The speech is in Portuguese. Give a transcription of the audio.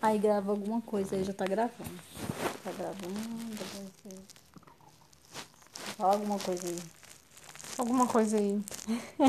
Aí grava alguma coisa, aí já tá gravando. Tá gravando. vai ser. Fala alguma coisa aí. Alguma coisa aí.